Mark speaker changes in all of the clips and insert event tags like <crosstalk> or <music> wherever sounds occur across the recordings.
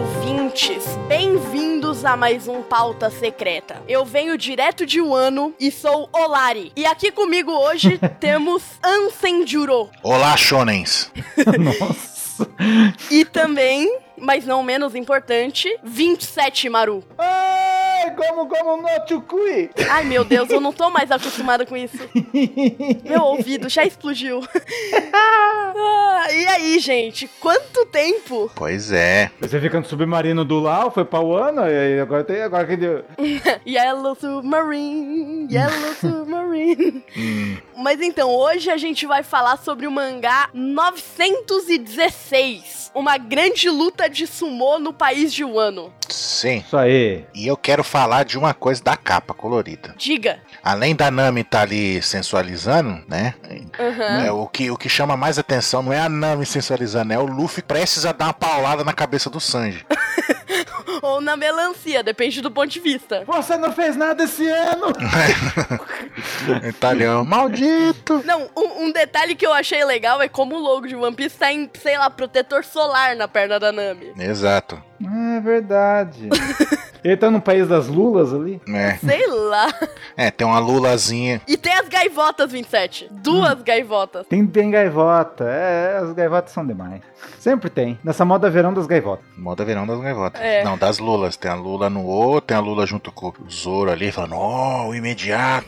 Speaker 1: ouvintes, bem-vindos a mais um Pauta Secreta. Eu venho direto de Wano e sou Olari. E aqui comigo hoje temos Ansem Juro
Speaker 2: Olá, Shonens.
Speaker 3: Nossa.
Speaker 1: e também, mas não menos importante, 27 Maru.
Speaker 4: Ai, como, como no chukui.
Speaker 1: Ai meu Deus, eu não tô mais acostumada com isso. Meu ouvido já explodiu. Ah, e aí, gente? Quanto tempo?
Speaker 2: Pois é.
Speaker 3: Você fica no submarino do Lau, foi pra Wano, e aí agora tem. Agora que deu.
Speaker 1: Yellow Submarine, Yellow Submarine. Mas então, hoje a gente vai falar sobre o mangá 916, uma grande luta de sumô no país de Wano.
Speaker 2: Sim.
Speaker 3: Isso aí.
Speaker 2: E eu quero falar de uma coisa da capa colorida.
Speaker 1: Diga.
Speaker 2: Além da Nami tá ali sensualizando, né?
Speaker 1: Aham.
Speaker 2: É, o, que, o que chama mais atenção não é a Nami sensualizando, é o Luffy prestes a dar uma paulada na cabeça do Sanji.
Speaker 1: Ou na melancia, depende do ponto de vista.
Speaker 3: Você não fez nada esse ano!
Speaker 2: Italiano. Maldito!
Speaker 1: Não, um, um detalhe que eu achei legal é como o logo de One Piece tá em, sei lá, protetor solar na perna da Nami.
Speaker 2: Exato.
Speaker 3: Ah, é verdade. Ele tá no país das Lulas ali?
Speaker 2: É.
Speaker 1: Sei lá.
Speaker 2: é, tem uma lulazinha.
Speaker 1: E tem as gaivotas, 27. Duas
Speaker 3: <laughs>
Speaker 1: gaivotas.
Speaker 3: Tem, tem gaivota. É, as gaivotas são demais. Sempre tem. Nessa moda verão das gaivotas.
Speaker 2: Moda verão das gaivotas.
Speaker 1: É.
Speaker 2: Não, das lulas. Tem a lula no O, tem a lula junto com o Zoro ali, falando, ó, o imediato.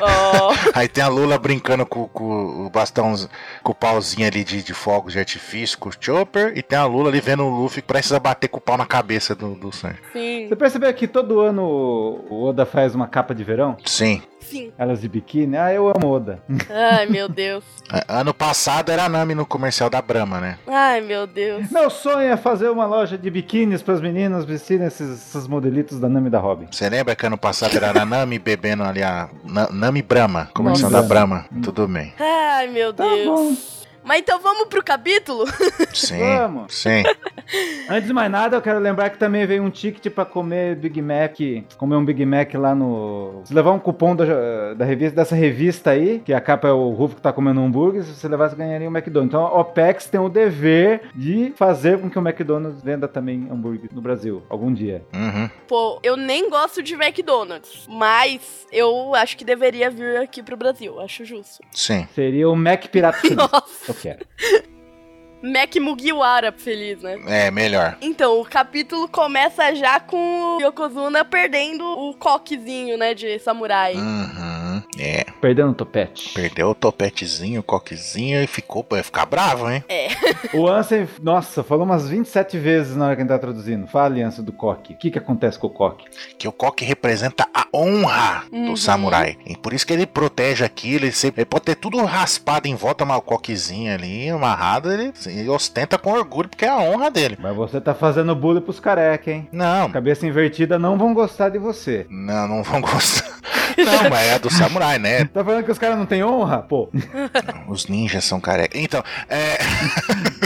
Speaker 1: Ó.
Speaker 2: Aí tem a Lula brincando com, com o bastão, com o pauzinho ali de, de fogos de artifício, com o Chopper. E tem a Lula ali vendo o Luffy que precisa bater com o pau na cabeça do, do Sanji.
Speaker 1: Sim,
Speaker 3: Você percebeu que todo ano o Oda faz uma capa de verão?
Speaker 2: Sim.
Speaker 1: sim.
Speaker 3: Elas de biquíni? Ah, eu amo Oda.
Speaker 1: Ai, meu Deus.
Speaker 2: A- Ano passado era a Nami no comercial da Brahma, né?
Speaker 1: Ai, meu Deus.
Speaker 3: Meu sonho é fazer uma loja de biquínis pras meninas vestirem esses, esses modelitos da Nami e da Robin.
Speaker 2: Você lembra que ano passado era a Nami <laughs> bebendo ali a Na- Nami Brahma, comercial
Speaker 3: Nossa.
Speaker 2: da Brahma. Tudo bem.
Speaker 1: Ai, meu
Speaker 3: Tá
Speaker 1: Deus.
Speaker 3: bom.
Speaker 1: Mas então vamos pro capítulo?
Speaker 2: Sim.
Speaker 3: Vamos.
Speaker 2: Sim.
Speaker 3: Antes de mais nada, eu quero lembrar que também veio um ticket pra comer Big Mac, comer um Big Mac lá no. Se levar um cupom da, da revista, dessa revista aí, que a capa é o Rufo que tá comendo um hambúrguer, se você levar, você ganharia um McDonald's. Então a OPEX tem o dever de fazer com que o McDonald's venda também hambúrguer no Brasil, algum dia.
Speaker 2: Uhum.
Speaker 1: Pô, eu nem gosto de McDonald's, mas eu acho que deveria vir aqui pro Brasil, acho justo. <laughs>
Speaker 2: Sim.
Speaker 3: Seria o Mac Pirata Feliz.
Speaker 1: Nossa,
Speaker 3: Eu quero.
Speaker 1: Mac Mugiwara feliz, né?
Speaker 2: É, melhor.
Speaker 1: Então, o capítulo começa já com o Yokozuna perdendo o coquezinho, né, de samurai.
Speaker 3: Ah.
Speaker 2: Uhum. É.
Speaker 3: Perdendo o topete.
Speaker 2: Perdeu o topetezinho, o coquezinho e ficou. Vai ficar bravo, hein?
Speaker 3: O Ansem, nossa, falou umas 27 vezes na hora que ele tá traduzindo. Fale, Ansem, do coque. O que que acontece com o coque?
Speaker 2: que o coque representa a honra
Speaker 1: Uhum.
Speaker 2: do samurai. E por isso que ele protege aqui, ele, sempre, ele pode ter tudo raspado em volta, mas o coquezinho ali, amarrado, ele, ele ostenta com orgulho, porque é a honra dele.
Speaker 3: Mas você tá fazendo bullying pros careca, hein?
Speaker 2: Não,
Speaker 3: Cabeça invertida não vão gostar de você.
Speaker 2: não, não
Speaker 1: <laughs>
Speaker 2: vão gostar. Não, mas é a do samurai, né?
Speaker 3: Tá falando que os caras não têm honra? Pô. <laughs>
Speaker 2: Os ninjas são careca. Então, é.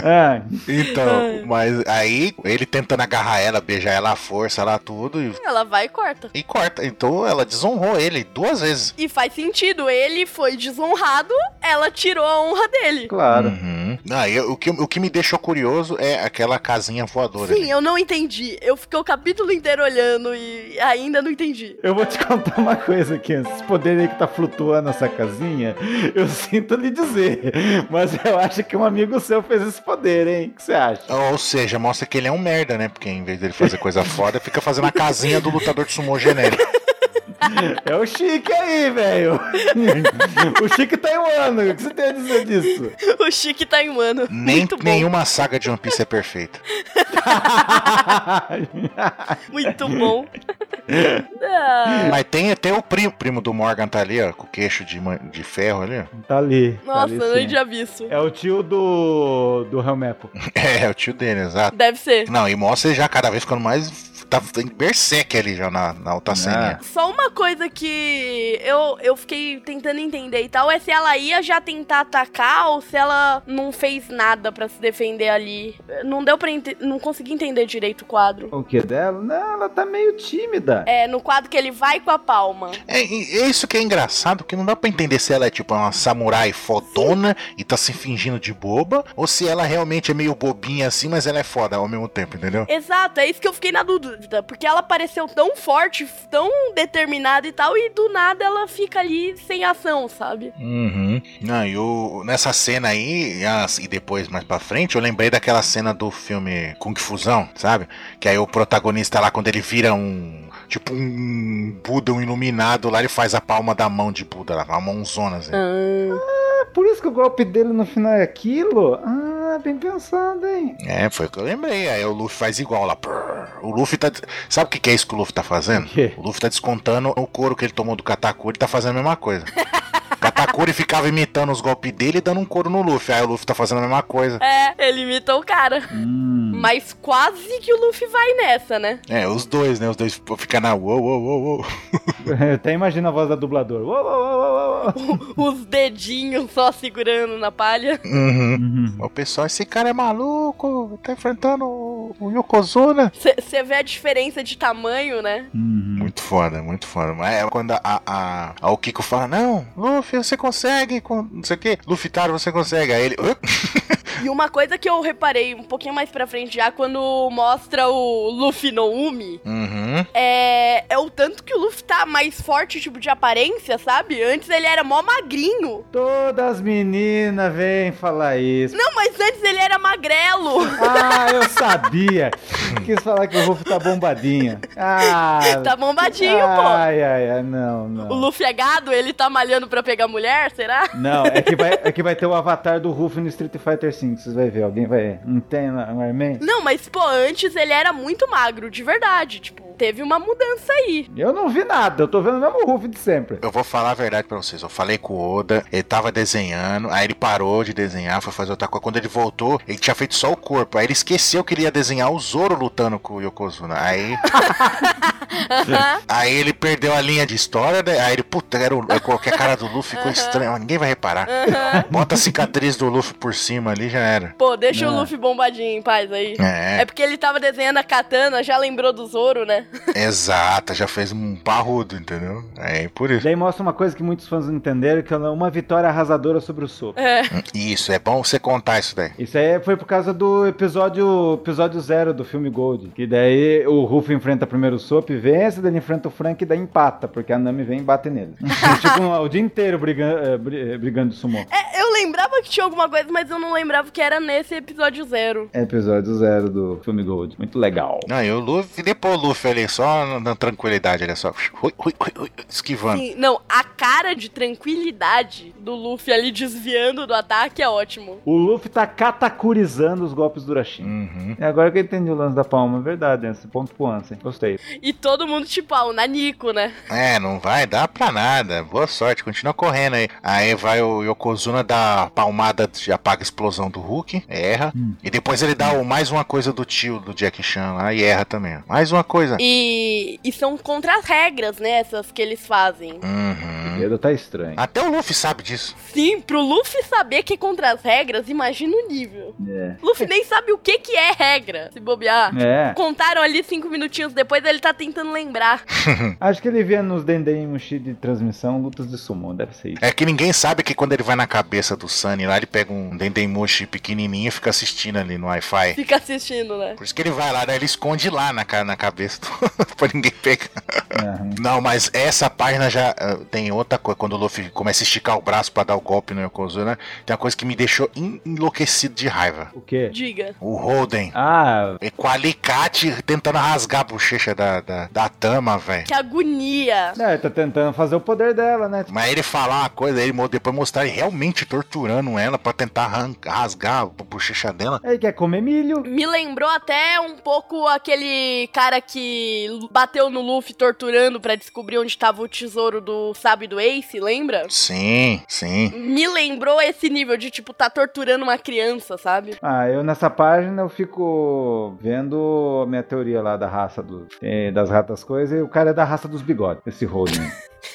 Speaker 3: É.
Speaker 2: Então, mas aí ele tentando agarrar ela, beijar ela à força lá, tudo, e,
Speaker 1: Ela vai e corta.
Speaker 2: e corta. Então ela desonrou ele duas vezes.
Speaker 1: E faz sentido, ele foi desonrado, ela tirou a honra dele.
Speaker 3: Claro.
Speaker 2: Uhum. Ah, eu- o, que, o que me deixou curioso é aquela casinha voadora. ali.
Speaker 1: Sim, eu não entendi. Eu fiquei o capítulo inteiro olhando e ainda não entendi.
Speaker 3: Eu vou te contar uma coisa aqui, Ansem. esse poder aí que tá flutuando essa casinha, eu <laughs> sinto lhe dizer, mas eu acho que um amigo seu fez esse poder, hein? O que você acha?
Speaker 2: Ou seja, mostra que ele é um merda, né? Porque em vez dele fazer coisa <laughs> foda, fica fazendo a casinha do lutador de sumô genérico.
Speaker 3: É o Chique aí, velho! <laughs> o Chique tá em um ano, o que você tem a dizer disso?
Speaker 1: <laughs>
Speaker 3: <laughs>
Speaker 1: O Chique tá em mano. <laughs>
Speaker 2: Nem,
Speaker 1: muito bom.
Speaker 2: nenhuma saga de One Piece é perfeita.
Speaker 1: Muito bom. Ah,
Speaker 2: Mas tem até o primo, primo do Morgan tá ali, ó, com o queixo de, ma- de ferro ali, ó. <laughs>
Speaker 3: tá ali. tá
Speaker 1: nossa,
Speaker 3: ali,
Speaker 1: eu
Speaker 3: sim.
Speaker 1: não tinha visto.
Speaker 3: É o tio do. do Helmepo.
Speaker 2: É, é o tio dele, exato.
Speaker 1: Deve ser.
Speaker 2: Não, e mostra ele já cada vez ficando mais tá em Berserk ali já na, na outra cena.
Speaker 1: Só uma coisa que eu, eu fiquei tentando entender e tal é se ela ia já tentar atacar ou se ela não fez nada pra se defender ali. Não deu pra ente- não consegui entender direito o quadro.
Speaker 3: O que dela? Não, ela tá meio tímida.
Speaker 1: É, no quadro que ele vai com a palma.
Speaker 2: É, e- é isso que é engraçado, porque não dá pra entender se ela é tipo uma samurai fodona e tá se fingindo de boba, ou se ela realmente é meio bobinha assim, mas ela é foda ao mesmo tempo, entendeu?
Speaker 1: Exato, é isso que eu fiquei na dúvida, porque ela pareceu tão forte, tão determinada e tal, e do nada ela fica ali sem ação, sabe?
Speaker 2: Uhum. Não, e o- nessa cena aí, e as- e depois mais pra frente, eu lembrei daquela cena do filme Kung Fusão, sabe? Que aí o protagonista lá, quando ele vira um. Tipo um Buda, um iluminado lá, ele faz a palma da mão de Buda lá, uma mãozona assim.
Speaker 3: É por isso que o golpe dele no final é aquilo? Ah, bem pensado, hein?
Speaker 2: É, foi o que eu lembrei. Aí o Luffy faz igual lá. prrr. O Luffy tá. Sabe o que que é isso que o Luffy tá fazendo?
Speaker 3: quê?
Speaker 2: O Luffy tá descontando o couro que ele tomou do Katakuri e tá fazendo a mesma coisa. Katakuri ficava imitando os golpes dele e dando um couro no Luffy. Aí o Luffy tá fazendo a mesma coisa.
Speaker 1: É, ele imita o cara.
Speaker 3: Hum.
Speaker 1: Mas quase que o Luffy vai nessa, né?
Speaker 2: É, os dois, né? Os dois ficam na uou, uou, uou, uou.
Speaker 3: <laughs> Eu até imagino a voz da dubladora. Uou, uou, uou, uou, uou.
Speaker 1: Os dedinhos só segurando na palha.
Speaker 2: Uhum.
Speaker 3: Uhum.
Speaker 2: O pessoal, esse cara é maluco, tá enfrentando o o Yokozuna.
Speaker 1: Você vê a diferença de tamanho, né?
Speaker 3: Uhum.
Speaker 2: Muito foda, muito foda. Mas é quando a, a, a- o Kiko fala, não, Luffy, você consegue, com- não sei o quê. Luffy, Taro, você consegue. Aí ele... "Hã?"
Speaker 1: E uma coisa que eu reparei um pouquinho mais pra frente já, quando mostra o Luffy no Umi,
Speaker 2: Uhum.
Speaker 1: É, é o tanto que o Luffy tá mais forte, tipo, de aparência, sabe? Antes ele era mó magrinho.
Speaker 3: Todas as meninas vêm falar isso.
Speaker 1: Não, mas antes ele era magrelo.
Speaker 3: Ah, eu sabia. Quis falar que o Ruff tá bombadinha. Ah,
Speaker 1: tá bombadinho, pô.
Speaker 3: Ai, ai, ai, não,
Speaker 1: O
Speaker 3: não.
Speaker 1: Luffy é gado, ele tá malhando pra pegar mulher, será?
Speaker 3: Não, é que, vai, é que vai ter o avatar do Ruff no Street Fighter V, vocês vão ver. Alguém vai... Não tem lá, um Armin?
Speaker 1: Não, mas, pô, antes ele era muito magro, de verdade. Tipo, teve uma mudança aí.
Speaker 3: Eu não vi nada, eu tô vendo o mesmo Ruff de sempre.
Speaker 2: Eu vou falar a verdade pra vocês. Eu falei com o Oda, ele tava desenhando, aí ele parou de desenhar, foi fazer outra coisa. Quando ele voltou, ele tinha feito só o corpo. Aí ele esqueceu que ele ia desenhar o Zoro lutando com o Yokozuna. Aí... Aí ele perdeu a linha de história, né? Aí ele, puta, era o, eu coloquei a cara do Luffy, ficou estranho, ninguém vai reparar. Bota a cicatriz do Luffy por cima ali, já era.
Speaker 1: Pô, deixa
Speaker 3: Não.
Speaker 1: o Luffy bombadinho em paz aí. É
Speaker 2: É,
Speaker 1: porque ele tava desenhando a katana, já lembrou do Zoro, né?
Speaker 2: exata, já fez um parrudo, entendeu? É por isso.
Speaker 3: Daí mostra uma coisa que muitos fãs não entenderam, que é uma vitória arrasadora sobre o Sop.
Speaker 1: É.
Speaker 2: Isso, é bom você contar isso daí.
Speaker 3: Isso aí foi por causa do episódio episódio zero do filme Gold. Que daí o Ruff enfrenta primeiro o Sop, vence, daí ele enfrenta o Frank e daí empata, porque a Nami vem e bate nele. tipo, um- o dia inteiro brigando, brigando de sumô.
Speaker 1: É, Eu lembrava que tinha alguma coisa, mas eu não lembrava que era nesse episódio zero.
Speaker 3: É episódio zero do filme Gold. Muito legal.
Speaker 2: Não, e o Luffy, depois o Luffy ali, só na- na tranquilidade, olha só, ui, ui, ui, ui, esquivando.
Speaker 1: Sim, não, a cara de tranquilidade do Luffy ali desviando do ataque é ótimo.
Speaker 3: O Luffy tá catacurizando os golpes do Urashin.
Speaker 2: Uhum.
Speaker 3: É agora que eu entendi o lance da palma, é verdade, esse ponto pro Ansem. Gostei.
Speaker 1: E todo mundo, tipo, ah, o Nanico, né?
Speaker 2: É, não vai dar pra nada. Boa sorte, continua correndo aí. Aí vai o Yokozuna dar a palmada, de- apaga a explosão do Hulk, erra.
Speaker 3: Hum.
Speaker 2: E depois ele dá o, mais uma coisa do tio do Jack Chan lá e erra também. Mais uma coisa.
Speaker 1: E, e são contra as regras, né? Essas que eles fazem.
Speaker 3: O
Speaker 2: Uhum.
Speaker 3: dedo tá estranho.
Speaker 2: Até o Luffy sabe disso.
Speaker 1: Sim, pro Luffy saber que é contra as regras, imagina o nível. Luffy nem sabe o que que é regra, se bobear.
Speaker 3: É.
Speaker 1: Contaram ali cinco minutinhos depois, ele tá tentando lembrar.
Speaker 3: Acho que ele via nos Dendem Mushi de transmissão lutas de sumô, deve ser isso.
Speaker 2: É que ninguém sabe que quando ele vai na cabeça do Sunny lá, ele pega um Dendemushi pequenininho e fica assistindo ali no Wi-Fi.
Speaker 1: Fica assistindo, né?
Speaker 2: Por isso que ele vai lá, né? Ele esconde lá na, ca- na cabeça do... <laughs> pra ninguém pegar.
Speaker 3: Aham.
Speaker 2: Não, mas essa página já eh, tem outra coisa. Quando o Luffy começa a esticar o braço pra dar o golpe no Yokozuna, tem uma coisa que me deixou en- enlouquecido de raiva.
Speaker 3: O quê?
Speaker 1: Diga.
Speaker 2: O Holden.
Speaker 3: Ah,
Speaker 2: eh, Com alicate tentando rasgar a bochecha da, da, da Tama, velho.
Speaker 1: Que agonia.
Speaker 3: é, tá tentando fazer o poder dela, né?
Speaker 2: Mas ele falar uma coisa, ele mo- depois mostrar ele realmente torturando ela pra tentar arranca- rasgar a bochecha dela.
Speaker 3: Ele quer comer milho.
Speaker 1: Me lembrou até um pouco aquele cara que que bateu no Luffy torturando pra descobrir onde tava o tesouro do sábio do Ace, lembra?
Speaker 2: Sim, sim.
Speaker 1: Me lembrou esse nível de, tipo, tá torturando uma criança, sabe? <laughs>
Speaker 3: Ah, eu nessa página eu fico vendo a minha teoria lá da raça do, eh, das ratas coisas e o cara é da raça dos bigodes, esse Holden.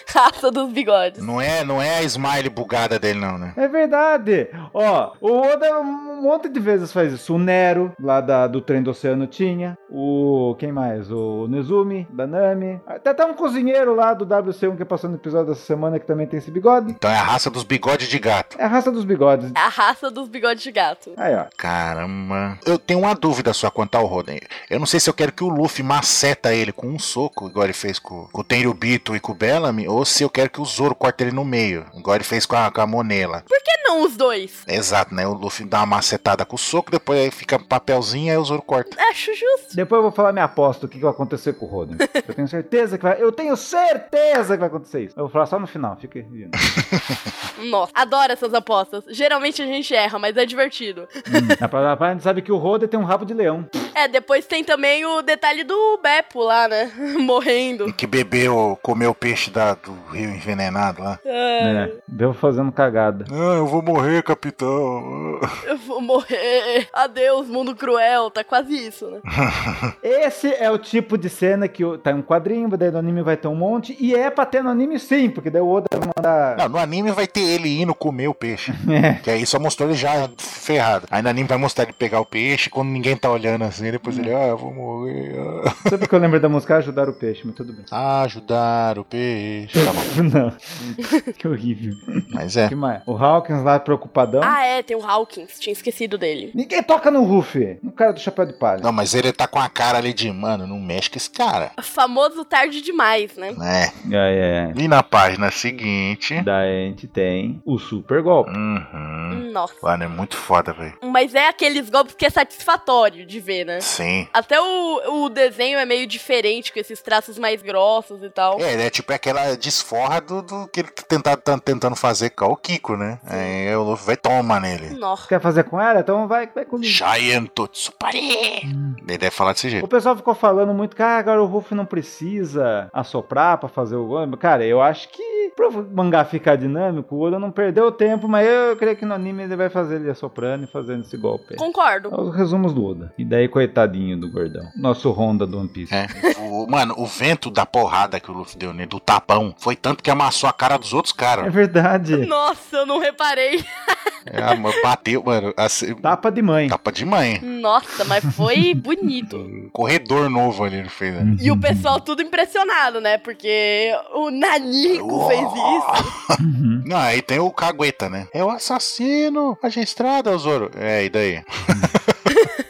Speaker 1: Raça dos bigodes.
Speaker 2: Não é, não é a smile bugada dele, não, né?
Speaker 3: É verdade. Ó, o Oda um monte de vezes faz isso. O Nero, lá da- do trem do oceano, tinha. O. Quem mais? O Nezumi, da Nami. Até até um cozinheiro lá do WC1 que passou no episódio dessa semana que também tem esse bigode.
Speaker 2: Então é a raça dos bigodes de gato.
Speaker 3: É a raça dos bigodes.
Speaker 1: A raça dos bigodes de gato.
Speaker 3: Aí, ó.
Speaker 2: Caramba. Eu tenho uma dúvida só quanto ao Roden. Eu não sei se eu quero que o Luffy maceta ele com um soco, igual ele fez com, com o Tenryubito e com o Bellamy, ou se eu quero que o Zoro corte ele no meio, igual ele fez com a, com a Monela.
Speaker 1: Por que não os dois?
Speaker 2: Exato, né? O Luffy dá uma macetada com o soco, depois aí fica papelzinho, aí o Zoro corta.
Speaker 1: Acho justo.
Speaker 3: Depois eu vou falar minha aposta, o que, que vai acontecer com o Roden. Eu tenho certeza que vai. Eu tenho certeza que vai acontecer isso. Eu vou falar só no final, fica aí.
Speaker 1: Nossa, adoro essas apostas. Geralmente a gente erra, mas é divertido.
Speaker 3: Na próxima página a gente sabe que o Roden tem um rabo de leão.
Speaker 1: É, depois tem também o detalhe do Beppo lá, né? <laughs> Morrendo.
Speaker 2: Que bebeu, comeu o peixe da- do rio envenenado lá.
Speaker 1: É,
Speaker 3: É, deu fazendo cagada.
Speaker 2: Ah, eu vou morrer, capitão.
Speaker 1: Eu vou morrer. Adeus, mundo cruel. Tá quase isso, né?
Speaker 3: Esse é o tipo de cena que o- tá em um quadrinho, daí no anime vai ter um monte, e é pra ter no anime sim, porque daí o Oda vai mandar.
Speaker 2: Não, no anime vai ter ele indo comer o peixe.
Speaker 3: É.
Speaker 2: Que aí só mostrou ele já ferrado. Aí no anime vai mostrar ele pegar o peixe quando ninguém tá olhando assim. Depois ele, ah, eu vou morrer. ah.
Speaker 3: Sabe porque eu lembro da música Ajudar o Peixe, mas tudo bem.
Speaker 2: Ajudar o peixe. Tá bom.
Speaker 3: <laughs> Não. que horrível.
Speaker 2: Mas é.
Speaker 3: Que mais? O Hawkins lá preocupadão.
Speaker 1: Ah, é, tem o Hawkins. Tinha esquecido dele.
Speaker 3: Ninguém toca no Ruffy, no cara do chapéu de palha.
Speaker 2: Não, mas ele tá com a cara ali de, mano, não mexe com esse cara.
Speaker 1: Famoso tarde demais, né?
Speaker 2: É.
Speaker 3: É,
Speaker 2: E na página seguinte.
Speaker 3: Daí a gente tem o super golpe.
Speaker 2: Uhum.
Speaker 1: Nossa.
Speaker 2: Mano, é muito foda, velho.
Speaker 1: Mas é aqueles golpes que é satisfatório de ver, né?
Speaker 2: Sim.
Speaker 1: Até o, o desenho é meio diferente, com esses traços mais grossos e tal.
Speaker 2: É, ele é tipo aquela desforra do, do que ele tá tentado- tá tentando fazer com o Kiko, né? Aí o Luffy vai toma nele.
Speaker 1: Nossa.
Speaker 3: Quer fazer com ela? Então vai, vai comigo.
Speaker 2: Giant Totsupari! Ele deve falar desse
Speaker 3: <laughs> O
Speaker 2: jeito.
Speaker 3: pessoal ficou falando muito que ah, agora o Ruff não precisa assoprar pra fazer o gol. Cara, eu acho que pro mangá ficar dinâmico, o Oda não perdeu tempo, mas eu creio que no anime ele vai fazer ele assoprando e fazendo esse golpe.
Speaker 1: Concordo.
Speaker 3: É Os resumos do Oda. E daí, coitadinho do gordão. Nosso Honda do One Piece.
Speaker 2: É. O- mano, o vento da porrada que o Luffy deu nele, do tapão, foi tanto que amassou a cara dos outros
Speaker 3: É
Speaker 2: caras.
Speaker 3: verdade.
Speaker 1: Nossa, eu não reparei.
Speaker 2: É, a- bateu, mano. Assim,
Speaker 3: Tapa de mãe.
Speaker 2: tapa de mãe.
Speaker 1: Nossa, mas foi
Speaker 3: <laughs>
Speaker 1: bonito.
Speaker 2: Um corredor novo ali ele fez. Né?
Speaker 3: Uhum.
Speaker 1: E o pessoal tudo impressionado, né? Porque o Nanico
Speaker 2: Tá
Speaker 1: fez isso.
Speaker 3: Uhum.
Speaker 2: Não, aí tem o Cagueta, né? É o assassino registrado, Zoro. É, e <laughs> daí?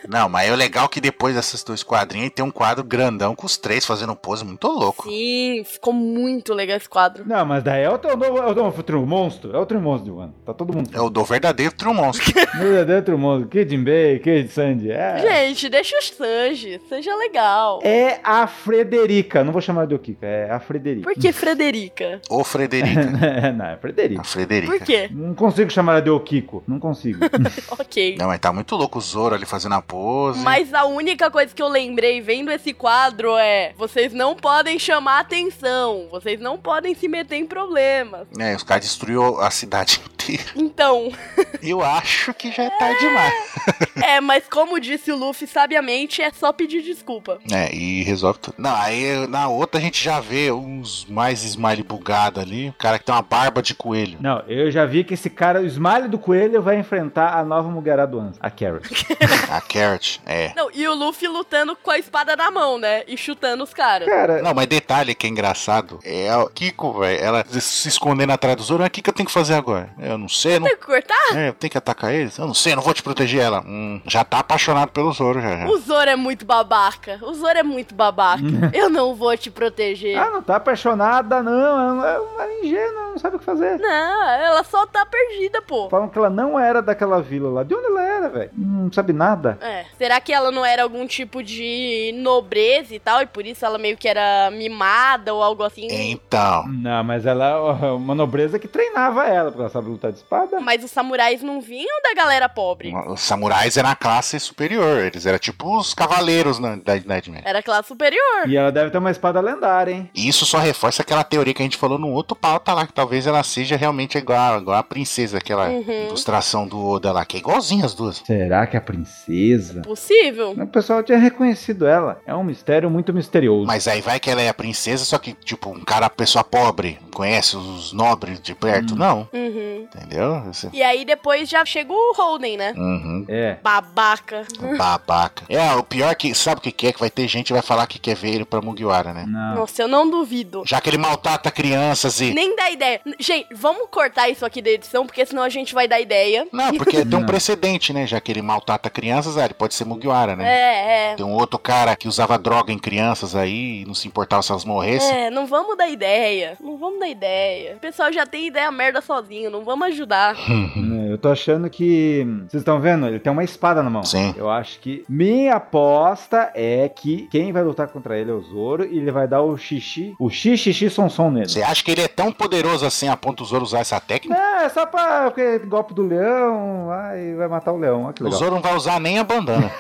Speaker 2: Não, mas é o legal que depois desses dois quadrinhos tem um quadro grandão com os três fazendo um pose muito louco.
Speaker 1: Sim, ficou muito legal esse quadro.
Speaker 3: Não, mas daí é o teu novo. É o novo trio monstro. É o trio monstro de One. Tá todo mundo.
Speaker 2: É o do verdadeiro True Monster.
Speaker 3: Meu Deus, é o trio monstro. Que Jinbei, que Sandy. É.
Speaker 1: Gente, deixa o Sanji, seja legal.
Speaker 3: É a Frederica. Não vou chamar de Okika. É a Frederica.
Speaker 1: Por que Frederica?
Speaker 2: Ô, Frederica.
Speaker 3: não, <laughs> é
Speaker 2: <laughs>
Speaker 3: Frederica.
Speaker 2: A Frederica.
Speaker 1: Por
Speaker 3: <laughs>
Speaker 1: quê?
Speaker 3: Não consigo chamar ela de Okiko. Não consigo.
Speaker 1: Ok.
Speaker 2: Não, mas tá muito louco o Zoro ali fazendo a pose.
Speaker 1: Mas a única coisa que eu lembrei vendo esse quadro é: vocês não podem chamar atenção, vocês não podem se meter em problemas.
Speaker 2: É, os caras destruíram a cidade <laughs> inteira.
Speaker 1: Então, <laughs>
Speaker 2: Eu acho que já é tarde demais.
Speaker 1: é, mas como disse o Luffy sabiamente, é só pedir desculpa.
Speaker 2: É, e resolve tudo. Não, aí na outra a gente já vê uns mais smile bugado ali. O cara que tem uma barba de
Speaker 1: <laughs>
Speaker 2: coelho.
Speaker 3: Não, eu já vi que esse cara, o Smile do Coelho, vai enfrentar a nova Mugerá do Anza, a Carrot.
Speaker 2: A Carrot, é.
Speaker 1: Não, e o Luffy lutando com a espada na mão, né? E chutando os caras.
Speaker 3: Cara,
Speaker 2: Não, mas detalhe que é engraçado. É a Kiko, velho. Ela se escondendo atrás do Zoro. Ah, O que, que eu tenho que fazer agora? Eu não sei, não.
Speaker 1: Tem que cortar?
Speaker 2: É, eu tenho que atacar eles? Eu não sei, eu não vou te proteger ela. Hum, já tá apaixonado pelo Zoro, já. já.
Speaker 1: O Zoro é muito babaca. O Zoro é muito babaca. Eu não vou te proteger.
Speaker 3: ah, não tá apaixonada, não. Ela não é ingênua, não sabe o que fazer.
Speaker 1: Não, ela só tá perdida, pô.
Speaker 3: Falam que ela não era daquela vila lá. De onde ela era, velho. Não sabe nada.
Speaker 1: É. Será que ela não era algum tipo de nobreza e tal? E por isso ela meio que era mimada ou algo assim?
Speaker 2: Então.
Speaker 3: Não, mas ela é uma nobreza que treinava ela, porque ela sabe lutar de espada.
Speaker 1: Mas os samurais não vinham da galera pobre.
Speaker 2: Os samurais eram a classe superior. Eles eram tipo os cavaleiros na, da Idade Média.
Speaker 1: Era classe superior.
Speaker 3: E ela deve ter uma espada lendária, hein?
Speaker 2: E Isso só reforça aquela teoria que a gente falou no outro pauta lá, que talvez ela seja realmente igual, igual a princesa, aquela
Speaker 1: Uhum.
Speaker 2: ilustração do Oda lá, que é igualzinha as duas.
Speaker 3: Será que é a princesa?
Speaker 1: Possível.
Speaker 3: O pessoal tinha reconhecido ela. É um mistério muito misterioso.
Speaker 2: Mas aí vai que ela é a princesa, só que, tipo, um cara, pessoa pobre, conhece os nobres de perto, não.
Speaker 1: Uhum.
Speaker 2: Entendeu? Esse-
Speaker 1: E aí depois já chega o Holden, né?
Speaker 2: Uhum.
Speaker 3: É.
Speaker 1: Babaca.
Speaker 2: Babaca. É, o pior é que, sabe o que que é? Que vai ter gente que vai falar que quer ver ele pra Mugiwara, né?
Speaker 3: Não.
Speaker 1: Nossa, eu não duvido.
Speaker 2: Já que ele maltrata crianças e.
Speaker 1: Nem dá ideia. N- Gente, vamos cortar isso aqui da edição, porque senão a gente vai dar ideia.
Speaker 2: Não, porque tem um
Speaker 3: Não.
Speaker 2: precedente, né? Já que ele maltrata crianças, ah, ele pode ser Mugiwara, né?
Speaker 1: É, é.
Speaker 2: Tem um outro cara que usava droga em crianças aí, e não se importava se elas morressem.
Speaker 1: É, não vamos dar ideia. Não vamos dar ideia. O pessoal já tem ideia merda sozinho, não vamos ajudar.
Speaker 3: <laughs> Eu tô achando que. Vocês estão vendo? Ele tem uma espada na mão.
Speaker 2: Sim.
Speaker 3: Eu acho que. Minha aposta é que quem vai lutar contra ele é o Zoro e ele vai dar o xixi. O xixi som som nele.
Speaker 2: Você acha que ele é tão poderoso assim a ponto do Zoro usar essa técnica?
Speaker 3: Não, é só pra porque golpe do leão. Ai, vai matar o leão. Olha que
Speaker 2: O
Speaker 3: legal.
Speaker 2: Zoro não vai usar nem a
Speaker 3: <laughs>
Speaker 2: bandana.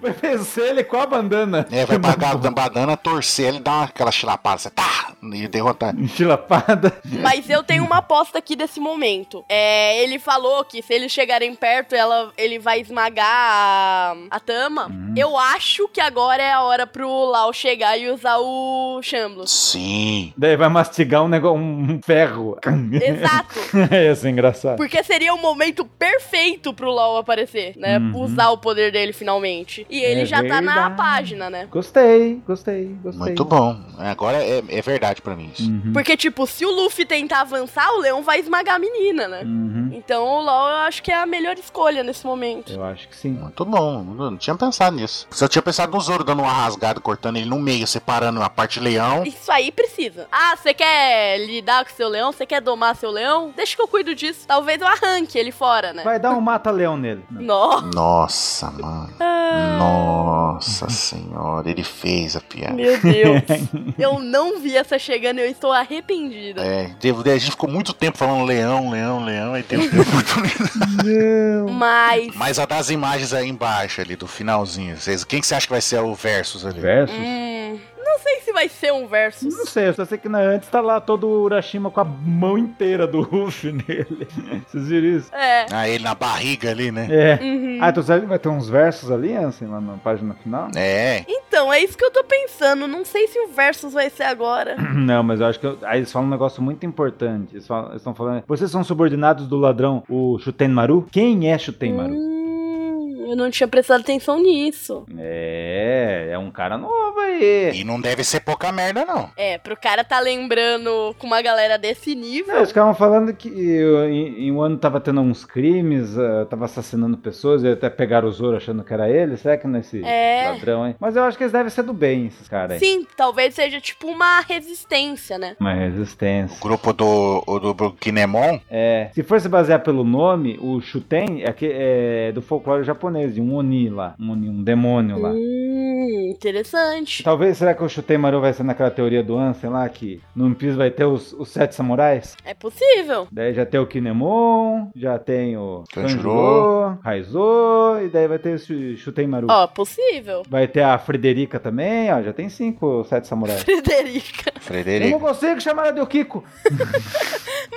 Speaker 3: Vai vencer ele com a bandana. <laughs>
Speaker 2: É, vai pagar a bandana, torcer ele, dar uma- aquela chilapada, você tá, e derrotar.
Speaker 3: Enchilapada.
Speaker 1: Mas eu tenho uma aposta aqui desse momento. É, ele falou que se eles chegarem perto, ela, ele vai esmagar a, a Tama. Eu acho que agora é a hora pro Lau chegar e usar o
Speaker 2: <laughs>
Speaker 1: Chambliss.
Speaker 2: Sim.
Speaker 3: Daí vai mastigar um negócio, um ferro.
Speaker 1: Exato.
Speaker 3: <laughs> Ia ser engraçado.
Speaker 1: Porque seria o momento perfeito pro Lau aparecer, né?
Speaker 3: Uhum.
Speaker 1: Usar o poder dele finalmente. E ele
Speaker 3: É
Speaker 1: já tá na
Speaker 3: verdade.
Speaker 1: página, né?
Speaker 3: Gostei, gostei, gostei.
Speaker 2: Muito bom. Agora é, é verdade pra mim isso.
Speaker 3: Uhum.
Speaker 1: Porque, tipo, se o Luffy tentar avançar, o Leão vai esmagar a menina, né?
Speaker 3: Uhum.
Speaker 1: Então o Lau eu acho que é a melhor escolha nesse momento.
Speaker 3: Eu acho que sim.
Speaker 2: Muito bom, eu não tinha pensado nisso. Só tinha pensado no Zoro dando uma rasgada, cortando ele no meio, separando a parte leão.
Speaker 1: Isso aí precisa. Ah, você quer lidar com seu leão? Você quer domar seu leão? Deixa que eu cuido disso. Talvez eu arranque ele fora, né?
Speaker 3: Vai dar um mata-leão <laughs> nele.
Speaker 1: Nó.
Speaker 2: Nossa, mano.
Speaker 1: Ah.
Speaker 2: Nossa senhora, ele fez a piada.
Speaker 3: <laughs>
Speaker 1: Meu Deus. eu não vi essa chegando e eu estou arrependida.
Speaker 2: É, devo- a gente ficou muito tempo falando leão, leão, leão, aí tem uma oportunidade.
Speaker 3: É.
Speaker 1: Mas.
Speaker 2: <laughs> Mas a das imagens aí embaixo ali, do finalzinho. Vocês, quem que você acha que vai ser o Versus ali?
Speaker 3: Versus?
Speaker 1: Hum, não sei se vai ser um versus.
Speaker 3: É. Não sei, eu só sei que na antes tá lá todo o Urashima com a mão inteira do Ruff <laughs> nele. Vocês viram isso?
Speaker 1: É.
Speaker 2: Ah, ele na barriga ali, né?
Speaker 3: É.
Speaker 1: Uhum.
Speaker 3: Ah, então será que vai ter uns versos ali, assim, lá na página final?
Speaker 2: É,
Speaker 1: Então, é isso que eu tô pensando. Não sei se o versus vai ser agora.
Speaker 3: <clears throat> Não, mas eu acho que. eu- Aí eles falam um negócio muito importante. Eles falam- eles estão falando. Vocês são subordinados do ladrão, o Shutenmaru? Quem é Shutenmaru?
Speaker 1: Hum, eu não tinha prestado atenção nisso.
Speaker 3: Hum. É, é um cara novo aí.
Speaker 2: É, E não deve ser pouca merda, não.
Speaker 1: É, pro cara tá lembrando com uma galera desse nível.
Speaker 3: Não, eles ficavam falando que eu, em, em um ano tava tendo uns crimes, ah, tava assassinando pessoas, e até pegaram o Zoro achando que era ele. Será que nesse
Speaker 1: É.
Speaker 3: ladrão, hein? Mas eu acho que eles devem ser do bem, esses caras aí.
Speaker 1: Sim, talvez seja tipo uma resistência, né?
Speaker 3: Uma
Speaker 2: O
Speaker 3: resistência.
Speaker 2: grupo do, o do Kinemon,
Speaker 3: É, se for se basear pelo nome, o Shuten é, que- é do folclore japonês, de um Oni lá, um, oni, um demônio lá.
Speaker 1: Hum, interessante.
Speaker 3: Talvez, será que o Shutenmaru vai ser naquela teoria do Ansem lá, que no One Piece vai ter os, os sete samurais?
Speaker 1: É possível.
Speaker 3: Daí já tem o Kinemon, já tem o
Speaker 2: Tanjiro.
Speaker 3: Tanjiro, Raizo, e daí vai ter o Shu- Shutenmaru.
Speaker 1: Ó, possível. <laughs>
Speaker 3: Vai ter a Frederica também, ó, já tem cinco, sete samurais.
Speaker 1: Frederica.
Speaker 3: Eu não
Speaker 2: Frederico.
Speaker 3: consigo chamar ela de Kiko.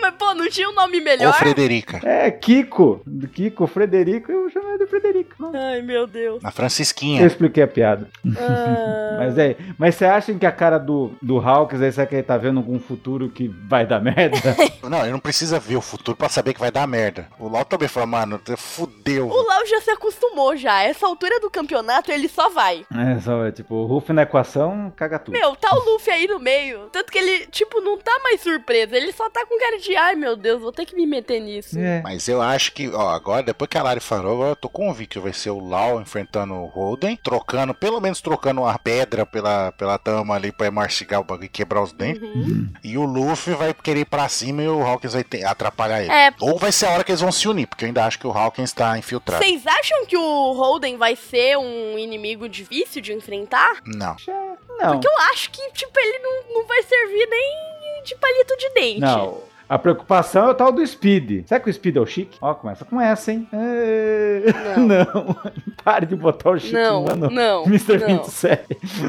Speaker 1: Mas, pô, não tinha um nome
Speaker 2: Ou
Speaker 1: melhor?
Speaker 2: Frederica.
Speaker 3: É, Kiko. Kiko, Frederico, eu chamo ela de Frederico. Não.
Speaker 1: Ai, meu
Speaker 3: <laughs>
Speaker 1: Deus.
Speaker 2: Na
Speaker 3: Eu
Speaker 2: Francisquinha.
Speaker 3: expliquei a piada.
Speaker 1: Ah,
Speaker 3: Mas é, mas você acha que a cara do, do Hawks aí, será que ele tá vendo algum futuro que vai dar
Speaker 1: <laughs>
Speaker 3: merda?
Speaker 2: Não, ele não precisa ver o futuro pra saber que vai dar merda. O Lau também falou, mano, fudeu.
Speaker 1: O Lau já se acostumou já. Essa altura do campeonato ele só vai.
Speaker 3: é, só, tipo, o Ruff na equação, caga tudo.
Speaker 1: Meu, tá o Luffy aí no meio. Tanto que ele, tipo, não tá mais surpreso. Ele só tá com cara de, ai meu Deus, vou ter que me meter nisso.
Speaker 3: É.
Speaker 2: Mas eu acho que, ó, agora, depois que a Lari falou, agora eu tô com convicto que vai ser o Lau enfrentando o Holden, trocando, pelo menos trocando a pedra pela, pela tama ali pra mastigar o bagulho e quebrar os dentes.
Speaker 1: Uhum.
Speaker 2: E o Luffy vai querer ir pra cima e o Hawkins vai ter- atrapalhar ele.
Speaker 1: É.
Speaker 2: Ou vai ser a hora que eles vão se unir, porque eu ainda acho que o Hawkins tá infiltrado.
Speaker 1: Vocês acham que o Holden vai ser um inimigo difícil de enfrentar?
Speaker 2: Não.
Speaker 3: Não.
Speaker 1: Porque eu acho que, tipo, ele não, não vai servir nem de palito de dente.
Speaker 3: Não. A preocupação é o tal do Speed. Será que o Speed é o Chique? Ó, começa com essa, hein? É... <laughs> Não. Pare de botar o Chique
Speaker 1: Não,
Speaker 3: no <laughs> ano.
Speaker 1: <laughs> não,
Speaker 3: Mr.
Speaker 1: não.
Speaker 3: 27.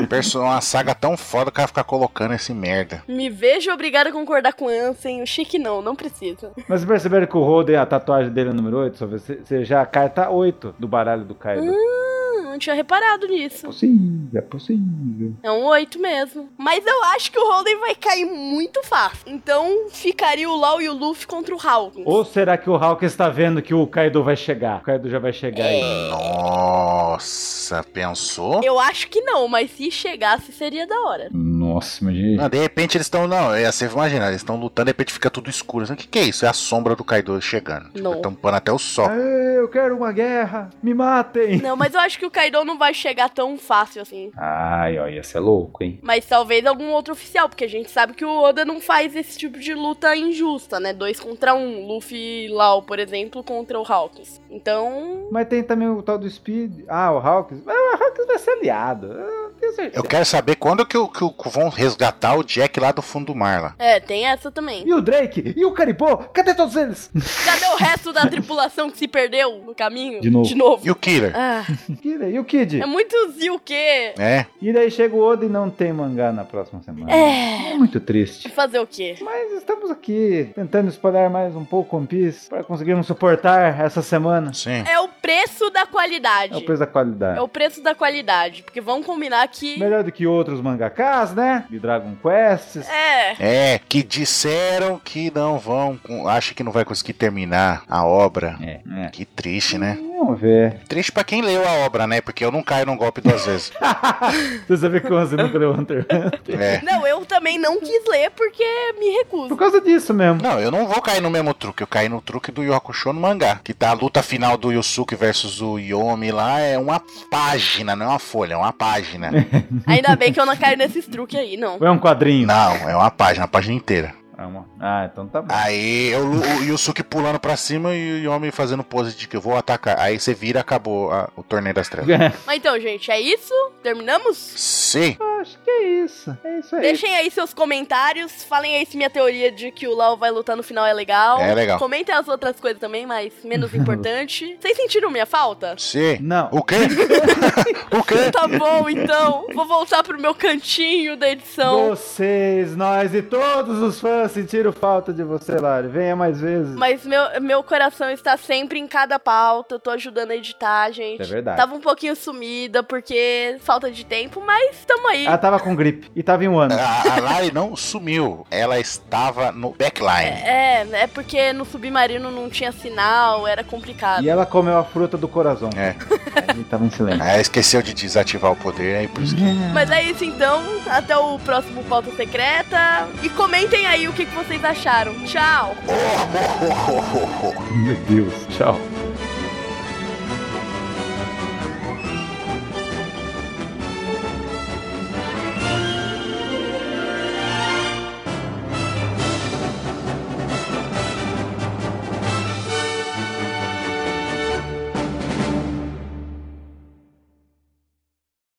Speaker 2: Perso- Uma saga tão foda que vai ficar colocando esse merda.
Speaker 1: Me vejo obrigada a concordar com o Ansem. O Chique não, não precisa.
Speaker 3: Mas vocês perceberam que o Holden, a tatuagem dele é número 8? Só você você já a carta 8 do baralho do Kaido.
Speaker 1: Hum, não tinha reparado nisso.
Speaker 4: Possível, é possível.
Speaker 1: É um 8 mesmo. Mas eu acho que o Holden vai cair muito fácil. Então ficaria o Lau e o Luffy contra o Hawkins.
Speaker 3: Ou será que o Hawk está vendo que o Kaido vai chegar? O Kaido já vai chegar aí.
Speaker 2: Nossa, pensou?
Speaker 1: Eu acho que não, mas se chegasse seria da hora.
Speaker 4: Nossa, imagina.
Speaker 2: Não, de repente eles estão. Não, é, você imagina, eles estão lutando, de repente fica tudo escuro. assim, O que, que é isso? É a sombra do Kaido chegando. Tipo,
Speaker 1: Não.
Speaker 2: tampando até o sol.
Speaker 3: Aê, É, eu quero uma guerra! Me matem!
Speaker 1: Não, mas eu acho que o Kaido não vai chegar tão fácil assim.
Speaker 4: Ai, ó, ia ser louco, hein?
Speaker 1: Mas talvez algum outro oficial, porque a gente sabe que o Oda não faz esse tipo de luta injusta, né? Dois contra um, Luffy e Lau, por exemplo, contra o Hawkins. Então,
Speaker 3: Mas tem também o tal do Speed. Ah, o Hawks. Mas o Hawks vai ser aliado. Eu tenho certeza.
Speaker 2: Eu quero saber quando que, o- que o- vão resgatar o Jack lá do fundo do mar lá.
Speaker 1: é, tem essa também.
Speaker 3: E o Drake? E o Caribou? Cadê todos eles?
Speaker 1: Cadê o resto da tripulação que se perdeu no caminho?
Speaker 4: De novo.
Speaker 1: De novo.
Speaker 2: E o Killer?
Speaker 1: Ah,
Speaker 3: Kira, E o Kid?
Speaker 1: é muito zio o quê?
Speaker 2: É?
Speaker 3: E daí chega o Oda e não tem mangá na próxima semana.
Speaker 1: É.
Speaker 3: Muito triste.
Speaker 1: Fazer o quê?
Speaker 3: Mas estamos aqui tentando espalhar mais um pouco One Piece para conseguirmos suportar essa semana.
Speaker 2: Sim.
Speaker 1: É o preço da qualidade.
Speaker 3: É o preço da qualidade.
Speaker 1: É o preço da qualidade. Porque vamos combinar que.
Speaker 3: Melhor do que outros mangakás, né? De Dragon Quest.
Speaker 1: É.
Speaker 2: É, que disseram que não vão. com- Acha que não vai conseguir terminar a obra.
Speaker 3: É. é.
Speaker 2: Que triste, né?
Speaker 3: Vamos ver.
Speaker 2: Triste pra quem leu a obra, né? Porque eu não caio num golpe duas vezes.
Speaker 3: Você sabia que o Hansen nunca leu Hunter
Speaker 1: <laughs>
Speaker 3: x Hunter?
Speaker 2: É.
Speaker 1: Não, eu também não quis ler porque me
Speaker 3: Por
Speaker 1: recuso.
Speaker 3: causa disso mesmo.
Speaker 2: Não, eu não vou cair no mesmo truque. Eu caí no truque do Yu Hakusho no mangá. Que tá a luta final do Yusuke versus o Yomi lá. É uma página, não é uma folha, é uma página.
Speaker 1: Ainda bem que eu não caio nesses truques aí, não.
Speaker 3: Ou é um quadrinho?
Speaker 2: não, é uma página, uma página inteira.
Speaker 3: É uma- Ah, então tá bom.
Speaker 2: Aí eu, o Yusuke pulando pra cima e o Yomi fazendo pose de que eu vou atacar. Aí você vira, acabou a- o torneio das trevas.
Speaker 1: Mas então, gente, é isso? Terminamos?
Speaker 2: Sim.
Speaker 3: <laughs> Acho que é isso. É isso aí.
Speaker 1: Deixem aí seus comentários. Falem aí se minha teoria de que o Lau vai lutar no final é legal.
Speaker 2: É legal.
Speaker 1: Comentem as outras coisas também, mas menos
Speaker 3: <laughs>
Speaker 1: importante. Vocês sentiram minha falta?
Speaker 2: Sim.
Speaker 3: Não.
Speaker 2: O quê? <laughs> o quê?
Speaker 1: Tá bom, então. Vou voltar pro meu cantinho da edição.
Speaker 3: Vocês, nós e todos os fãs sentiram falta de você, Lari. Venha mais vezes.
Speaker 1: Mas meu, meu coração está sempre em cada pauta. Eu tô ajudando a editar, gente.
Speaker 3: É verdade.
Speaker 1: Tava um pouquinho sumida porque falta de tempo, mas tamo aí.
Speaker 3: Ela tava com gripe e tava em um ano.
Speaker 2: A, a Lari não sumiu. Ela estava no backline.
Speaker 1: É, é porque no submarino não tinha sinal, era complicado.
Speaker 3: E ela comeu a fruta do coração.
Speaker 2: É.
Speaker 3: E tava em silêncio.
Speaker 2: Aí esqueceu de desativar o poder, aí por isso que.
Speaker 1: Mas é isso então, até o próximo pauta secreta. E comentem aí o que, que vocês acharam. Tchau!
Speaker 4: Meu Deus. Tchau.